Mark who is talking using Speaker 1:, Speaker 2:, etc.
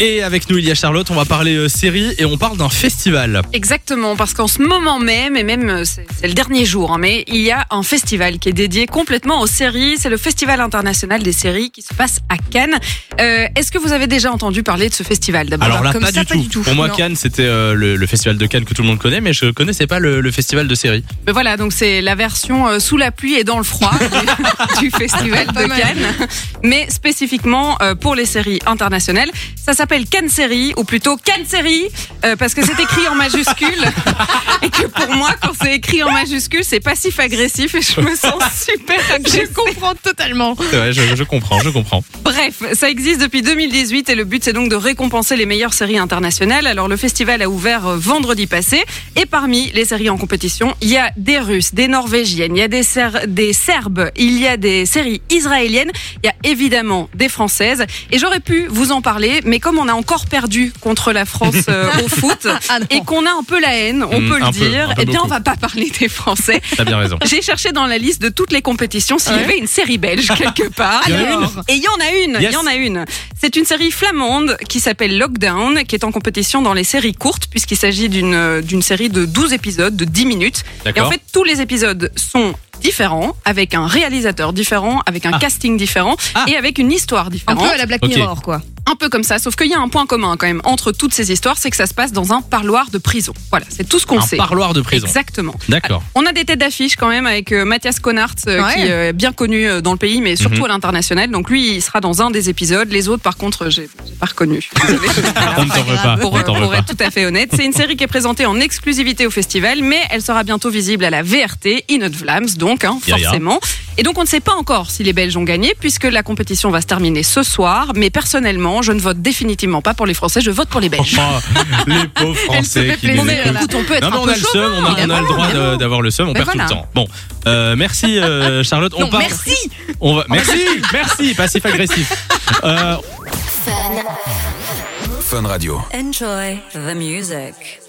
Speaker 1: Et avec nous, il y a Charlotte, on va parler euh, série et on parle d'un festival.
Speaker 2: Exactement, parce qu'en ce moment même, et même euh, c'est c'est le dernier jour, hein, mais il y a un festival qui est dédié complètement aux séries. C'est le Festival international des séries qui se passe à Cannes. Euh, Est-ce que vous avez déjà entendu parler de ce festival d'abord
Speaker 1: Alors là,
Speaker 3: comme
Speaker 1: pas,
Speaker 3: ça,
Speaker 1: du,
Speaker 3: pas
Speaker 1: tout.
Speaker 3: du tout.
Speaker 1: Pour moi,
Speaker 3: Non.
Speaker 1: Cannes, c'était euh, le, le festival de Cannes que tout le monde connaît, mais je connaissais pas le, le festival de série.
Speaker 2: Ben Voilà, donc c'est la version euh, sous la pluie et dans le froid du festival de
Speaker 3: Pas mal.
Speaker 2: Cannes, mais spécifiquement euh, pour les séries internationales. Ça s'appelle Cannes Série, ou plutôt Cannes Série, euh, parce que c'est écrit en majuscule, et que pour moi, quand c'est écrit en majuscule, c'est passif-agressif, et je me sens super agressée.
Speaker 3: Je comprends totalement.
Speaker 1: C'est vrai, je, je comprends, je comprends.
Speaker 2: Bref, ça existe depuis 2018 et le but c'est donc de récompenser les meilleures séries internationales. Alors le festival a ouvert euh, vendredi passé et parmi les séries en compétition, il y a des Russes, des Norvégiennes, il y a des, Ser- des Serbes, il y a des séries israéliennes, il y a évidemment des Françaises et j'aurais pu vous en parler, mais comme on a encore perdu contre la France euh, au foot
Speaker 3: Ah non.
Speaker 2: et qu'on a un peu la haine, on
Speaker 1: Mm,
Speaker 2: peut
Speaker 1: un
Speaker 2: le
Speaker 1: peu,
Speaker 2: dire,
Speaker 1: un peu
Speaker 2: eh bien
Speaker 1: beaucoup.
Speaker 2: on va pas parler des Français.
Speaker 1: T'as bien raison.
Speaker 2: J'ai cherché dans la liste de toutes les compétitions s'il y
Speaker 3: Ouais.
Speaker 2: avait une série belge quelque part.
Speaker 1: Il y en a
Speaker 2: Alors,
Speaker 3: une
Speaker 2: Et il y en a une, il
Speaker 1: Yes.
Speaker 2: y en a une. C'est une série flamande qui s'appelle Lockdown, qui est en compétition dans les séries courtes, puisqu'il s'agit d'une euh, d'une série de 12 épisodes de 10 minutes. Et
Speaker 1: D'accord.
Speaker 2: en fait, tous les épisodes sont différents, avec un réalisateur différent, avec un
Speaker 1: Ah.
Speaker 2: casting différent,
Speaker 1: Ah.
Speaker 2: et avec une
Speaker 3: Un
Speaker 2: histoire
Speaker 3: peu
Speaker 2: différente.
Speaker 3: à la Black
Speaker 1: Ok.
Speaker 3: Mirror, quoi.
Speaker 2: Un peu comme ça, sauf qu'il y a un point commun quand même entre toutes ces histoires, c'est que ça se passe dans un parloir de prison. Voilà, c'est tout ce qu'on
Speaker 1: Un
Speaker 2: sait.
Speaker 1: parloir de prison.
Speaker 2: Exactement. Ah,
Speaker 1: D'accord.
Speaker 2: On a des têtes d'affiche quand même avec euh, Mathias Connart, euh,
Speaker 3: Ouais.
Speaker 2: qui euh, est bien connu euh, dans le pays, mais surtout
Speaker 1: Mhm.
Speaker 2: à l'international. Donc lui, il sera dans un des épisodes. Les autres, par contre, j'ai j'ai pas reconnu. Désolée.
Speaker 1: On ne t'en veut pas.
Speaker 2: Pour,
Speaker 1: on
Speaker 2: euh,
Speaker 1: t'en veut
Speaker 2: pour
Speaker 1: pas.
Speaker 2: être tout à fait honnête, c'est une série qui est présentée en exclusivité au festival, mais elle sera bientôt visible à la VRT, In Not Vlaams, donc hein,
Speaker 1: Ya, ya.
Speaker 2: forcément. Et donc on ne sait pas encore si les Belges ont gagné, puisque la compétition va se terminer ce soir. Mais personnellement, je ne vote définitivement pas pour les Français, je vote pour les Belges.
Speaker 1: Oh, les pauvres Français qui
Speaker 3: plaisir,
Speaker 1: nous
Speaker 3: là.
Speaker 1: écoutent.
Speaker 2: Écoute, on peut être
Speaker 1: Non mais
Speaker 2: un
Speaker 1: on
Speaker 2: peu
Speaker 1: a le
Speaker 2: chauvin,
Speaker 1: seum, on a, on a le
Speaker 2: évidemment,
Speaker 1: droit
Speaker 2: évidemment.
Speaker 1: de- d'avoir le seum, on
Speaker 2: Mais
Speaker 1: perd
Speaker 2: voilà.
Speaker 1: tout le temps. Bon, euh, merci euh, Charlotte. on
Speaker 3: Non,
Speaker 1: part.
Speaker 3: merci
Speaker 1: On va. Merci, merci, passif agressif. Euh,
Speaker 4: Fun Radio.
Speaker 5: Enjoy the music.